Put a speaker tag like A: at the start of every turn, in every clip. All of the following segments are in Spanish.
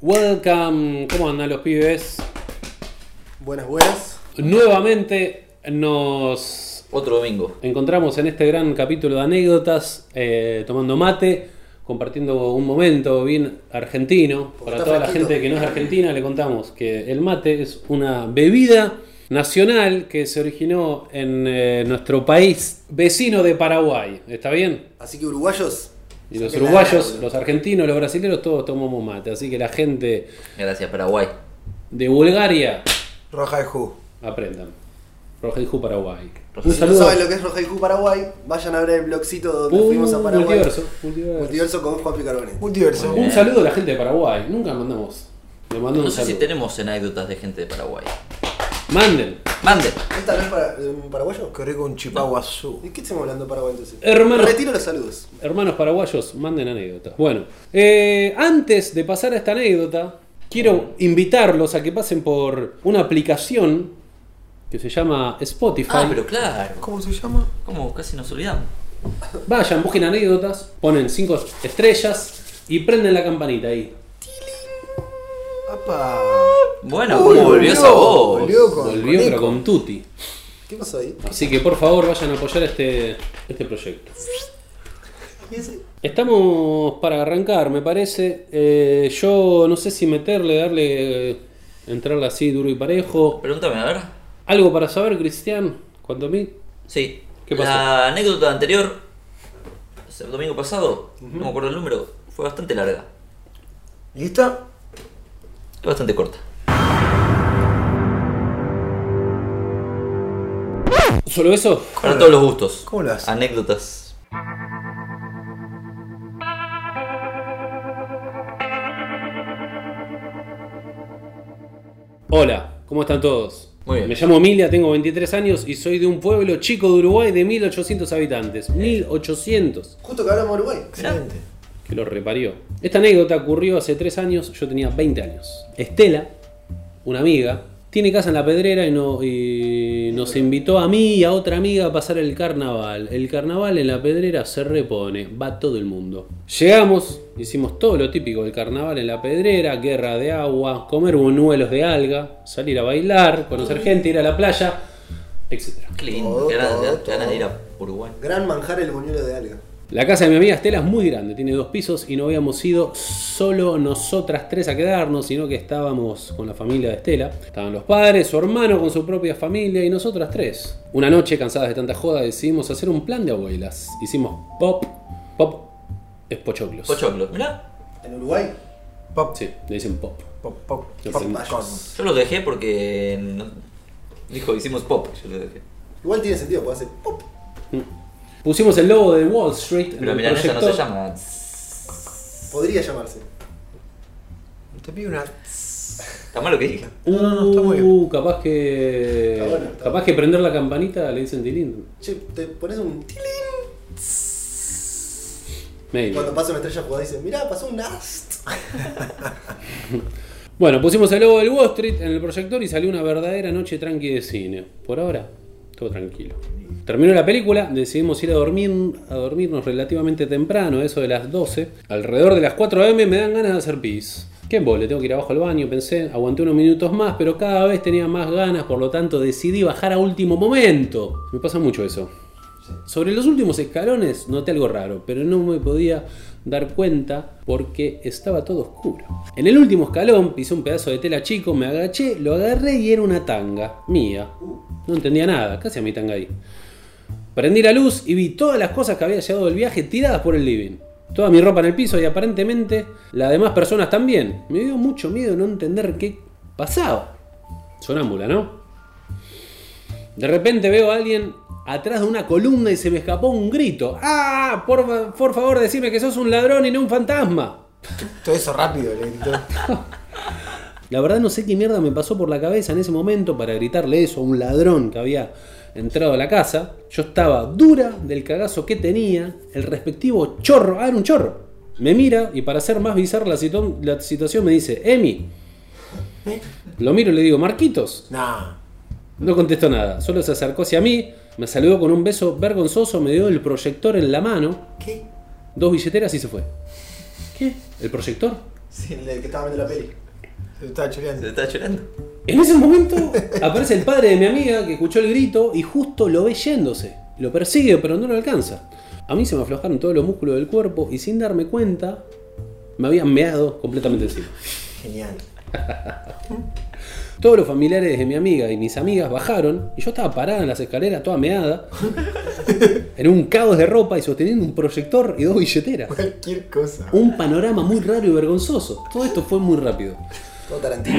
A: Welcome, ¿cómo andan los pibes?
B: Buenas, buenas.
A: Nuevamente nos
C: Otro domingo.
A: encontramos en este gran capítulo de anécdotas, eh, tomando mate, compartiendo un momento bien argentino. Para
B: está
A: toda la
B: fresquito.
A: gente que no es argentina, le contamos que el mate es una bebida nacional que se originó en eh, nuestro país vecino de Paraguay. ¿Está bien?
B: Así que uruguayos.
A: Y los
B: Saquen la
A: uruguayos,
B: cara,
A: los argentinos, los brasileños, todos tomamos mate. Así que la gente
C: Gracias, Paraguay.
A: de Bulgaria
B: Roja de Ju.
A: Aprendan. Rojeju Paraguay.
C: Roja
A: Un
C: y
B: Si no
A: saludo.
B: saben lo que es Roja de Ju Paraguay, vayan a ver el blogcito donde
A: Uh,
B: fuimos a Paraguay.
A: multiverso, multiverso.
B: Multiverso con Juan Picarone.
D: Multiverso.
A: Un saludo a la gente de Paraguay. Nunca mandamos. Le mando
C: No
A: un
C: sé si
A: saludo.
C: tenemos anécdotas de gente de Paraguay. Ah,
A: Manden.
C: Manden.
B: ¿Esta no es para, de un paraguayo?
D: Qué rico Eh, un chipaguazú.
B: ¿Y qué estamos hablando de Paraguay entonces?
A: Hermanos,
B: Retiro los saludos.
A: hermanos paraguayos, manden anécdotas. Bueno, eh, antes de pasar a esta anécdota, quiero invitarlos a que pasen por una aplicación que se llama Spotify.
C: Ah, pero claro.
D: ¿Cómo se llama?
C: Como casi nos olvidamos.
A: Vayan, busquen anécdotas, ponen 5 estrellas y prenden la campanita ahí.
D: Apa.
C: Bueno, ¿cómo volvió esa voz?
D: Volvió con,
A: Volvió,
D: con
A: pero
D: eco.
A: con Tutti.
B: ¿Qué pasó ahí?
A: Así que por favor vayan a apoyar este, este proyecto. Estamos para arrancar, me parece. Eh, yo no sé si meterle, darle, eh, entrarle así duro y parejo.
C: Pregúntame, a ver.
A: Algo para saber, Cristian, cuanto a mí.
C: Sí.
A: ¿Qué pasó?
C: La anécdota anterior, el domingo pasado, no me acuerdo el número, fue bastante larga.
D: ¿Lista?
C: Es bastante corta.
A: ¿Solo eso?
C: Para todos los gustos.
D: ¿Cómo lo hace?
C: Anécdotas.
A: Hola, ¿cómo están todos?
C: Muy bien.
A: Me llamo Emilia, tengo 23 años y soy de un pueblo chico de Uruguay de 1800 habitantes. 1800.
B: Justo que hablamos de Uruguay.
D: Excelente.
A: que lo reparió. Esta anécdota ocurrió hace 3 años, yo tenía 20 años. Estela, una amiga, tiene casa en la pedrera y, no- y nos invitó a mí y a otra amiga a pasar el carnaval. El carnaval en la pedrera se repone, va todo el mundo. Llegamos, hicimos todo lo típico del carnaval en la pedrera, guerra de agua, comer buñuelos de alga, salir a bailar, conocer gente, ir a la playa, etc.
C: Qué lindo.
B: Todo,
C: Qué ganas,
B: todo,
C: qué ganas de ir a
B: todo.
C: Uruguay.
B: Gran manjar el buñuelo de alga.
A: La casa de mi amiga Estela es muy grande, tiene dos pisos y no habíamos ido solo nosotras tres a quedarnos, sino que estábamos con la familia de Estela. Estaban los padres, su hermano con su propia familia y nosotras tres. Una noche, cansadas de tanta joda, decidimos hacer un plan de abuelas. Hicimos pop, pop, es pochoclos.
C: Pochoclo. Mirá,
B: En Uruguay,
D: Pop,
A: Sí, le dicen pop.
D: pop, pop.
A: Yo
D: pop,
A: soy
D: con-
B: mayos.
C: yo lo dejé porque. no- Dijo, hicimos pop. Yo lo dejé.
B: Igual tiene sentido, puede hacer pop.
A: Pusimos el logo de Wall Street. en
C: Pero
A: el
C: mirá, esa no se
A: proyector.
C: llama.
B: Podría llamarse.
D: Te pido una.
C: Está mal lo que dije.
A: Uh,
D: No, no, no, está muy bien.
A: capaz que.
B: Está bueno, está
A: capaz que prender la campanita le dicen tilín.
B: Che, te pones un tilín.
A: Maybe.
B: Cuando pasa una estrella jugada dice, mirá, pasó un ast.
A: Bueno, pusimos el logo del Wall Street en el proyector y salió una verdadera noche tranqui de cine. Por ahora, todo tranquilo. Terminó la película, decidimos ir a dormir, a dormirnos relativamente temprano, eso de las 12. Alrededor de las 4 am me dan ganas de hacer pis. Qué embole, tengo que ir abajo al baño, pensé, aguanté unos minutos más, pero cada vez tenía más ganas, por lo tanto decidí bajar a último momento. Me pasa mucho eso. Sobre los últimos escalones noté algo raro, pero no me podía dar cuenta porque estaba todo oscuro. En el último escalón pisé un pedazo de tela chico, me agaché, lo agarré y era una tanga mía. No entendía nada, casi a mi tanga ahí. Prendí la luz y vi todas las cosas que había llevado del viaje tiradas por el living. Toda mi ropa en el piso y aparentemente las demás personas también. Me dio mucho miedo no entender qué pasaba. Sonámbula, ¿no? De repente veo a alguien atrás de una columna y se me escapó un grito. ¡Ah! Por, fa- por favor, decime que sos un ladrón y no un fantasma.
D: Todo eso rápido, le gritó.
A: La verdad no sé qué mierda me pasó por la cabeza en ese momento para gritarle eso a un ladrón que había entrado a la casa. Yo estaba dura del cagazo que tenía. El respectivo chorro, ah, era un chorro, me mira y para hacer más bizarra la, situ- la situación me dice, Emi. Lo miro y le digo, Marquitos.
D: Nah.
A: No contestó nada, solo se acercó hacia mí, me saludó con un beso vergonzoso, me dio el proyector en la mano,
D: ¿Qué?
A: dos billeteras y se fue. ¿Qué? ¿El proyector?
B: Sí, el del que estaba viendo la peli.
D: Se lo estaba choreando.
C: Se está llorando.
A: En ese momento aparece el padre de mi amiga que escuchó el grito y justo lo ve yéndose. Lo persigue, pero no lo alcanza. A mí se me aflojaron todos los músculos del cuerpo y sin darme cuenta me habían meado completamente encima.
D: Genial.
A: Todos los familiares de mi amiga y mis amigas bajaron y yo estaba parada en las escaleras toda meada, en un caos de ropa y sosteniendo un proyector y dos billeteras.
D: Cualquier cosa.
A: Un panorama muy raro y vergonzoso. Todo esto fue muy rápido.
B: Todo Tarantino.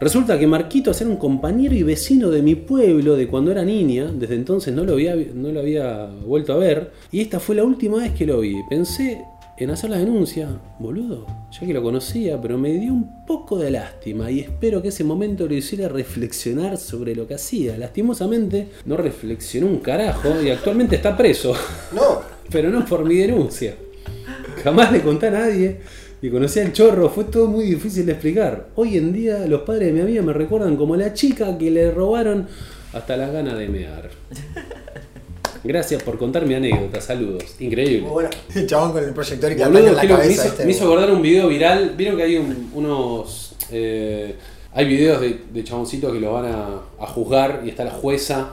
A: Resulta que Marquitos era un compañero y vecino de mi pueblo de cuando era niña, desde entonces no lo, había, no lo había vuelto a ver, y esta fue la última vez que lo vi. Pensé en hacer la denuncia, boludo, ya que lo conocía, pero me dio un poco de lástima y espero que ese momento lo hiciera reflexionar sobre lo que hacía. Lastimosamente no reflexionó un carajo y actualmente está preso,
B: No,
A: pero no por mi denuncia. Jamás le conté a nadie y conocí al chorro, fue todo muy difícil de explicar. Hoy en día los padres de mi amiga me recuerdan como la chica que le robaron hasta las ganas de mear. Gracias por contar mi anécdota, saludos. Increíble.
B: muy buena.
D: El chabón con el proyector y que
A: Boludo,
D: ataca en la
A: creo que me,
D: cabeza. este,
A: hizo,
D: ¿viste?
A: me hizo acordar un video viral. Vieron que hay un- unos. eh, hay videos de, de chaboncitos que los van a, a juzgar y está la jueza.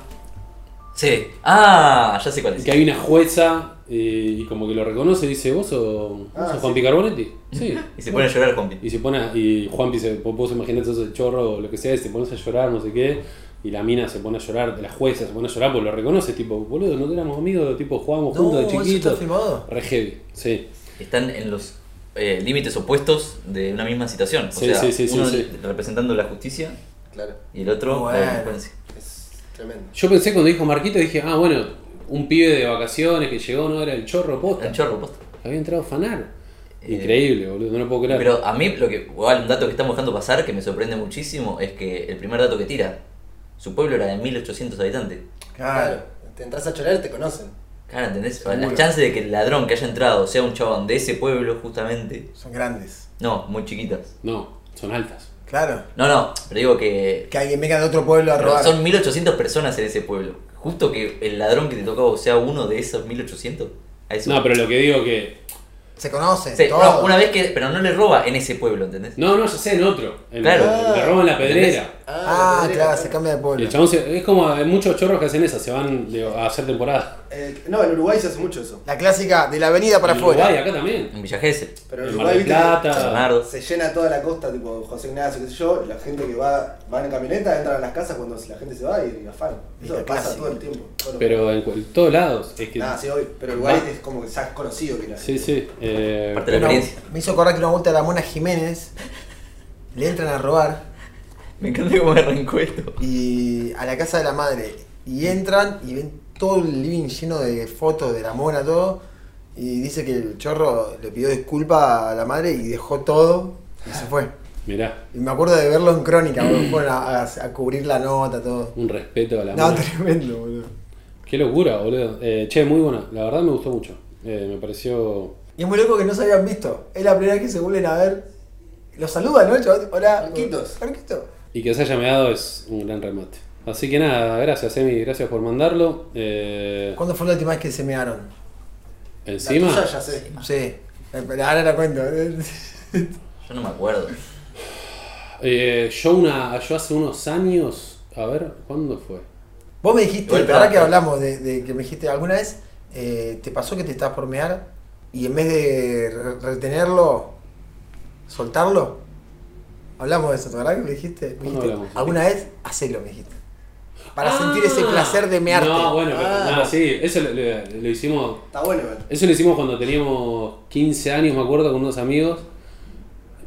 C: Sí. Ah, ya sé cuál
A: y
C: es.
A: Que hay una jueza eh, y como que lo reconoce y dice: ¿Vos sos, vos
B: Ah,
A: sos
B: sí.
A: Juan Picarbonetti? Sí.
C: Y se pone a llorar, Juanpi.
A: Y se pone, a- y Juanpi se, vos- vos imaginate sos el chorro o lo que sea, y se pones a llorar, no sé qué, y la mina se pone a llorar, la jueza se pone a llorar porque lo reconoce, tipo, boludo, no éramos amigos, tipo, jugábamos juntos de
D: No, ¿eso
A: chiquitos.
D: está filmado?
A: Re heavy, sí.
C: Están en los eh, límites opuestos de una misma situación. O
A: Sí,
C: sea,
A: sí, sí, sí,
C: uno
A: sí.
C: representando la justicia
B: Claro,
C: y el otro
D: Bueno.
C: la delincuencia.
B: es tremendo.
A: Yo pensé cuando dijo Marquito, dije, ah, bueno, un pibe de vacaciones que llegó, no era el chorro posta.
C: Un chorro, posta.
A: Había entrado a fanar.
C: Eh,
A: Increíble, boludo, no lo puedo creer.
C: Pero a mí, lo que, igual, un dato que estamos dejando pasar que me sorprende muchísimo es que el primer dato que tira, su pueblo era de 1800 habitantes.
D: Claro.
B: Claro, te entras a chorar y te conocen.
C: Claro, ¿entendés?
D: Seguro.
C: Las chances de que el ladrón que haya entrado sea un chabón de ese pueblo, justamente.
D: Son grandes.
C: No, muy chiquitas.
A: No, son altas.
D: Claro.
C: No, no, pero digo que.
D: Que alguien venga de otro pueblo a
C: pero
D: robar.
C: son 1800 personas en ese pueblo. Justo que el ladrón que te tocó sea uno de esos 1800. A eso.
A: No, pero lo que digo que.
D: Se conocen.
C: Sí,
D: todo.
C: no, una vez que. Pero no le roba en ese pueblo, ¿entendés?
A: Este. No, no, ya sé, en otro. En-
C: Claro.
A: Le roban la pedrera.
D: Ah,
B: la
D: claro,
B: pedrera.
D: se cambia
A: Y
D: de
A: el
D: pueblo.
A: chabón se- es como hay muchos chorros que hacen esa, se van digo, a hacer temporada.
B: Eh, no, en Uruguay se hace mucho eso.
D: La clásica de la avenida para
A: En
D: afuera.
A: Uruguay, acá también.
C: En Villa Gesell.
B: Pero en
A: En Mar
B: Uruguay,
A: del
B: viste,
C: San
A: Plata.
C: Bernardo.
B: se llena toda la costa, tipo José Ignacio, qué sé yo, la gente que va, va en camioneta, entran a las casas cuando la gente se va y, y afana.
D: Es
B: Eso
D: la
B: pasa
D: clásica.
B: todo el tiempo. todo lo-
A: Pero en, cu- en todos lados. Es que,
B: Nada, Ah, sí, hoy. Pero Uruguay
A: Va.
B: es como que ya es conocido que la
A: sí, sí. eh,
C: Aparte de la
D: Una-
C: experiencia.
D: me hizo acordar que una vuelta a la Mona Jiménez le entran a robar
C: Me encanta cómo arrancó esto.
D: y a la casa de la madre y entran y ven todo el living lleno de fotos de la Mona todo y dice que el chorro le pidió disculpa a la madre y dejó todo y se fue.
A: mirá,
D: Y me acuerdo de verlo en crónica, boludo, fueron a, a- a cubrir la nota todo.
A: un respeto a la
D: No,
A: mano.
D: tremendo, boludo.
A: Qué locura, boludo. Eh, che, muy buena. La verdad me gustó mucho. Eh, me pareció.
D: Y es muy loco que no se habían visto. Es la primera vez que se vuelven a ver. Los saludan, ¿no? Chabón? Hola.
B: Marquitos.
D: Marquito.
A: Y que se haya meado es un gran remate. Así que nada, gracias, Emi. Gracias por mandarlo. Eh,
D: ¿Cuándo fue la última vez que se mearon?
B: la
A: encima.
B: tuya ya sé.
D: Sí. Ahora la cuento.
C: Yo no me acuerdo.
A: eh, yo, una, yo hace unos años. A ver, ¿cuándo fue?
D: Vos me dijiste,
C: Igual,
D: ahora
C: pará.
D: que hablamos de, de que me dijiste alguna vez, eh, ¿te pasó que te estás por mear y en vez de re- retenerlo, soltarlo? Hablamos de eso, ¿te acordás que me dijiste? Me
A: ¿Cuándo
D: dijiste,
A: hablamos?
D: alguna vez, hacelo, me dijiste. Para
A: Ah,
D: sentir ese placer de mearte.
A: No, bueno, pero,
B: Ah.
A: nada, sí. Eso lo- lo- lo hicimos
B: Está bueno, igual.
A: Eso lo hicimos cuando teníamos 15 años, me acuerdo, con unos amigos.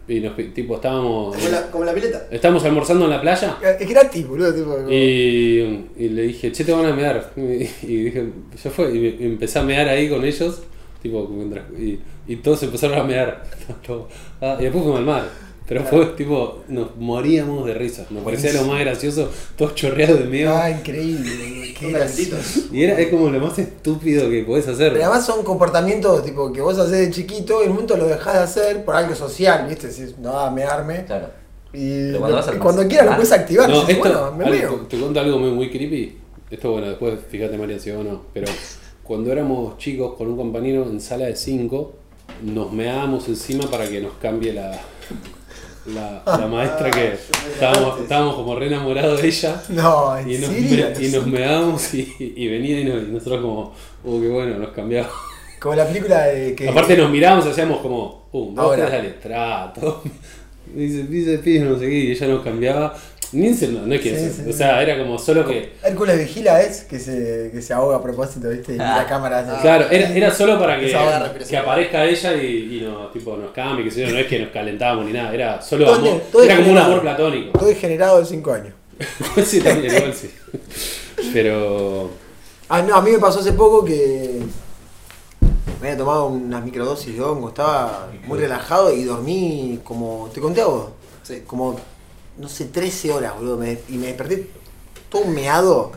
A: Y nos, pi- tipo, estábamos.
B: Como la, como la pileta.
A: Estábamos almorzando en la playa.
D: Eh, Es gratis, boludo. tipo, como-
A: Eh, Y, y le dije, che, te van a mear. Y, y dije, ya fue. Y me- empecé a mear ahí con ellos. Tipo, como mientras- y, y todos empezaron a mear. Tipo, ah, y después fuimos al mar. Pero fue tipo, nos moríamos de risa. Nos parecía lo más gracioso, todos chorreados de miedo.
D: Ah, increíble. Qué gracioso.
A: Y era, es como lo más estúpido que podés hacer.
D: Pero además son comportamientos tipo que vos haces de chiquito y en un momento lo dejás de hacer por algo social, ¿viste? Decís, no, a mearme.
C: Claro.
D: Y
C: Pero cuando vas al
D: y cuando
C: mar-
D: quieras lo
C: mar-
D: puedes activar.
A: No,
D: decís,
A: esto,
D: bueno, me
A: algo-
D: meo.
A: te te cuento algo muy, muy creepy. Esto, bueno, después fíjate, María, si o no. Pero cuando éramos chicos con un compañero en sala de 5, nos meábamos encima para que nos cambie la, la, la maestra que estábamos, estábamos como re enamorados de ella.
D: No, en
A: Y nos,
D: serio.
A: me- y nos meábamos y, y venía y, nos- y nosotros como, uh, qué bueno, nos cambiamos.
D: Como la película de que.
A: Aparte nos mirábamos y hacíamos como, uh, vos
D: Ahora.
A: tres dale, trato. Dice, dice, pis, no sé qué, y ella nos cambiaba. Ni se- no, no es que
D: Sí,
A: eso,
D: sí,
A: o sea, era como solo que...
D: Hércules Vigila es que se, que se ahoga a propósito, ¿viste? Y la cámara hace.
A: Claro, era, era solo para que,
D: Esa barra,
A: que aparezca ella y, y nos, tipo, nos cambie, que sé yo, no es que nos calentábamos ni nada, era solo
D: ¿Dónde?
A: amor,
D: Todo
A: era como un
D: degenerado.
A: amor platónico.
D: Todo degenerado de 5 años.
A: sí, también, igual sí. Pero...
D: Ah, no, a mí me pasó hace poco que me había tomado unas microdosis de hongo, estaba muy relajado y dormí como, te conté a vos,
B: Sí.
D: como, no sé, 13 horas, boludo, me- y me desperté todo meado,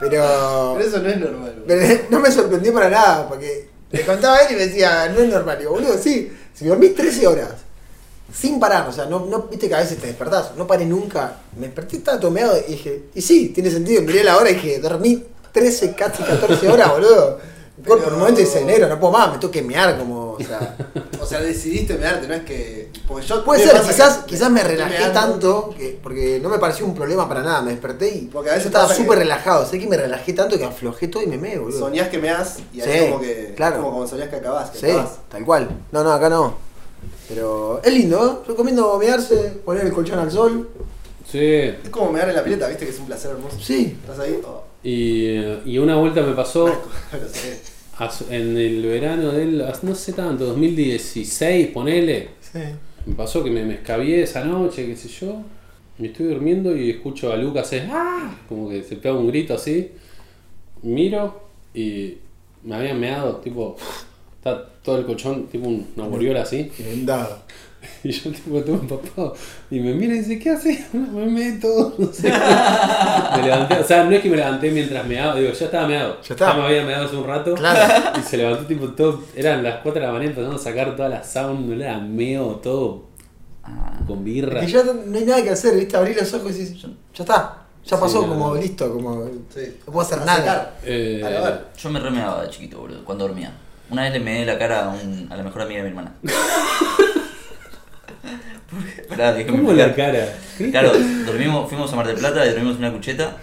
D: pero,
B: Pero eso no es normal. boludo.
D: pero no me sorprendió para nada, porque le contaba a él y me decía, no es normal, Y digo, boludo, sí, si dormís 13 horas, sin parar, o sea, no, no, viste que a veces te despertás, no paré nunca, me desperté, estaba todo meado y dije, y sí, tiene sentido, miré la hora y dije, dormí 13, casi 14 horas, boludo. Mi cuerpo en un momento dice, negro, no puedo más, me tengo que mear como, o sea...
B: O sea, decidiste mearte, no es que. Porque yo
D: Puede
B: me
D: ser,
B: pasa
D: quizás,
B: que-
D: quizás me
B: estoy
D: relajé
B: meando.
D: tanto, que, porque no me pareció un problema para nada, me desperté y
B: Porque a veces
D: yo estaba
B: pasa que-
D: súper relajado, sé que me relajé tanto que aflojé todo y me meé, boludo.
B: Soñás que meás y ahí
D: Sí,
B: como que.
D: claro.
B: Como cuando soñás que acabás, que
D: Sí,
B: acabás.
D: tal cual. No, no, acá no. Pero es lindo, ¿eh? Recomiendo mearse, poner el colchón al sol.
A: Sí,
B: Es como mear en la pileta, viste que es un placer hermoso.
D: Sí.
B: Estás ahí. Oh,
A: y, eh, y una vuelta me pasó...
B: no sé.
A: Hace- En el verano del, hace- no sé tanto, 2016, ponele.
D: Sí.
A: Me pasó que me, me escabié esa noche, qué sé yo. Me estoy durmiendo y escucho a Lucas hacer ¡Ah! Como que se pega un grito así. Miro y me habían meado, tipo. Está todo el colchón, tipo un- una boriola así.
D: Inundado.
A: Y yo, tipo, todo empapado. Y me mira y dice: ¿Qué haces? Me meto. No sé. Me levanté, o sea, no es que me levanté mientras meado, digo, ya estaba meado.
D: Ya estaba.
A: me había meado hace un rato.
D: Claro.
A: Y se levantó tipo todo, eran las 4 de la mañana empezando a sacar toda la sound, la meo, todo
D: Ah,
A: con birra.
D: Que ya no hay nada que hacer, ¿viste? Abrir los ojos y decís, ya está. Ya
A: Sí,
D: pasó
A: no,
D: como
A: no.
D: listo, como.
B: Sí.
D: No puedo hacer
B: A
D: nada.
B: secar.
A: Eh,
B: A lavar.
C: Yo me remeaba de chiquito, boludo, cuando dormía. Una vez le meé la cara a, un, a la mejor amiga de mi hermana. Pará, déjame
A: ¿Cómo la
C: explicar.
A: cara?
C: Claro, dormimos, fuimos a Mar del Plata y dormimos en una cucheta.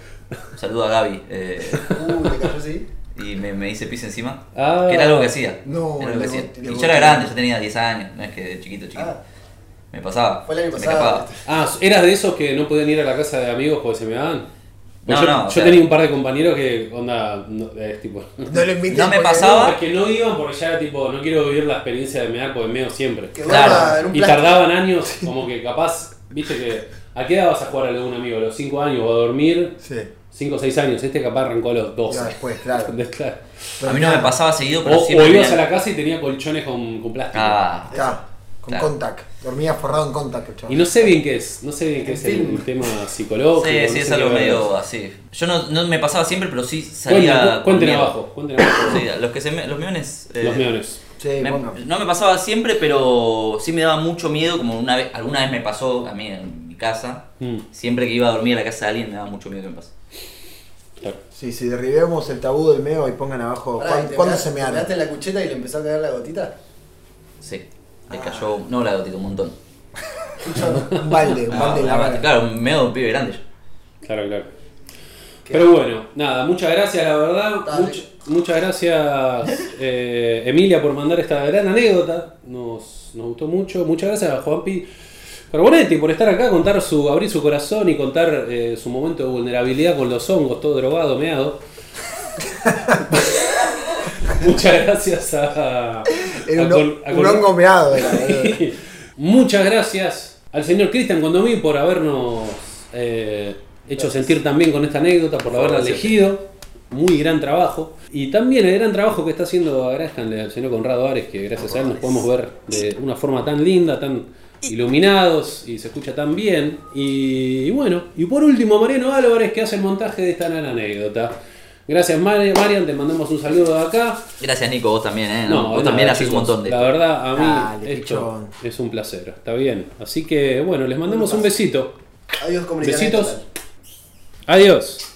C: Saludo a Gaby. eh,
B: Uh, te cayó así.
C: y me, me hice pis encima.
A: Ah.
C: que era algo que hacía.
D: No,
C: era algo que
D: le
C: hacía.
D: bot- le
C: Y yo
D: botó.
C: era grande, yo tenía 10 años, no es que de chiquito, chiquito.
B: Ah.
C: Me pasaba.
B: Fue el año
C: se me
B: pasado.
C: escapaba.
A: Ah, ¿eras de esos que no podían ir a la casa de amigos porque se me daban?
C: No,
A: yo
C: no, o
A: yo
C: sea-
A: tenía un par de compañeros que, onda, no, es tipo.
D: No lo invité.
C: No me pasaba.
A: No, es que no iban porque ya era tipo, no quiero vivir la experiencia de mear porque meo siempre.
B: Que
C: Claro.
B: duerma en un
A: Y
B: plástico.
A: tardaban años, como que capaz, viste que. ¿A qué edad vas a jugar a algún amigo? ¿A los 5 años o a dormir?
D: Sí.
A: 5 o 6 años, este capaz arrancó a los 12.
D: Ya después, claro.
A: ¿Entendés? Claro.
C: A mí no me pasaba seguido,
A: O,
C: pero
A: o
C: siempre.
A: ibas a
C: me-
A: la casa y tenía colchones con, con plástico.
C: Ah,
D: Está, con
C: Claro.
D: contact. Dormía forrado en contact,
A: Y
D: chaval.
A: no sé bien qué es, no sé bien qué es el,
B: Film.
A: tema psicológico.
C: sí,
A: no
C: sí,
A: sé
C: es
A: qué
C: algo
A: ver.
C: medio así. Yo no, no me pasaba siempre, pero sí
A: Cuenten,
C: salía. con
A: cuenten
C: miedo.
A: abajo, cuenten abajo.
C: Sí, los que se me- los meones. eh,
A: Los meones.
D: Sí,
C: me-
D: bueno.
C: no me pasaba siempre, pero sí me daba mucho miedo, como una vez, alguna vez me pasó a mí en mi casa.
A: Mm.
C: Siempre que iba a dormir a la casa de alguien me daba mucho miedo que me pase.
A: Claro.
D: Sí, si derribemos el tabú del meo y pongan abajo.
B: Pará,
D: ¿cuán-
B: ¿y te
D: ¿Cuándo
B: measte-
D: se me
B: te measte
D: hará?
B: en la cucheta y le empezó a caer la gotita?
C: Sí.
D: Ah.
C: Le cayó. No la gotita, un montón.
D: Un balde, un
C: Ah,
D: balde en la
C: ah,
D: cara.
C: Claro, un medio pibe grande yo.
A: Claro, claro. Pero bueno, nada, muchas gracias, la verdad.
B: Dale.
A: Much- muchas gracias, eh, Emilia, por mandar esta gran anécdota. Nos, nos gustó mucho. Muchas gracias a Juanpi Carbonetti por estar acá, contar su, abrir su corazón y contar eh, su momento de vulnerabilidad con los hongos, todo drogado, meado. muchas gracias a.
D: Era
A: a
D: un,
A: Col- a
D: un
A: Col-
D: hongo meado. era, boludo.
A: Muchas gracias al señor Cristian Condomí por habernos eh, hecho sentir también con esta anécdota, por haberla
C: Gracias.
A: elegido. muy gran trabajo. Y también el gran trabajo que está haciendo Graham, el señor Conrado Ares, que gracias a él nos podemos ver de una forma tan linda, tan iluminados y se escucha tan bien. Y, y bueno, y por último, Mariano Álvarez, que hace el montaje de esta gran anécdota. Gracias, Mari- Marian, te mandamos un saludo de acá.
C: Gracias, Nico, vos también, ¿eh? No, vos
A: nada,
C: también haces un
A: chicos,
C: montón de.
A: La verdad, a mí
D: Dale,
A: esto
D: pichón.
A: es un placer, está bien. Así que, bueno, les mandamos un besito.
B: Adiós, comunidad.
A: Besitos. Adiós.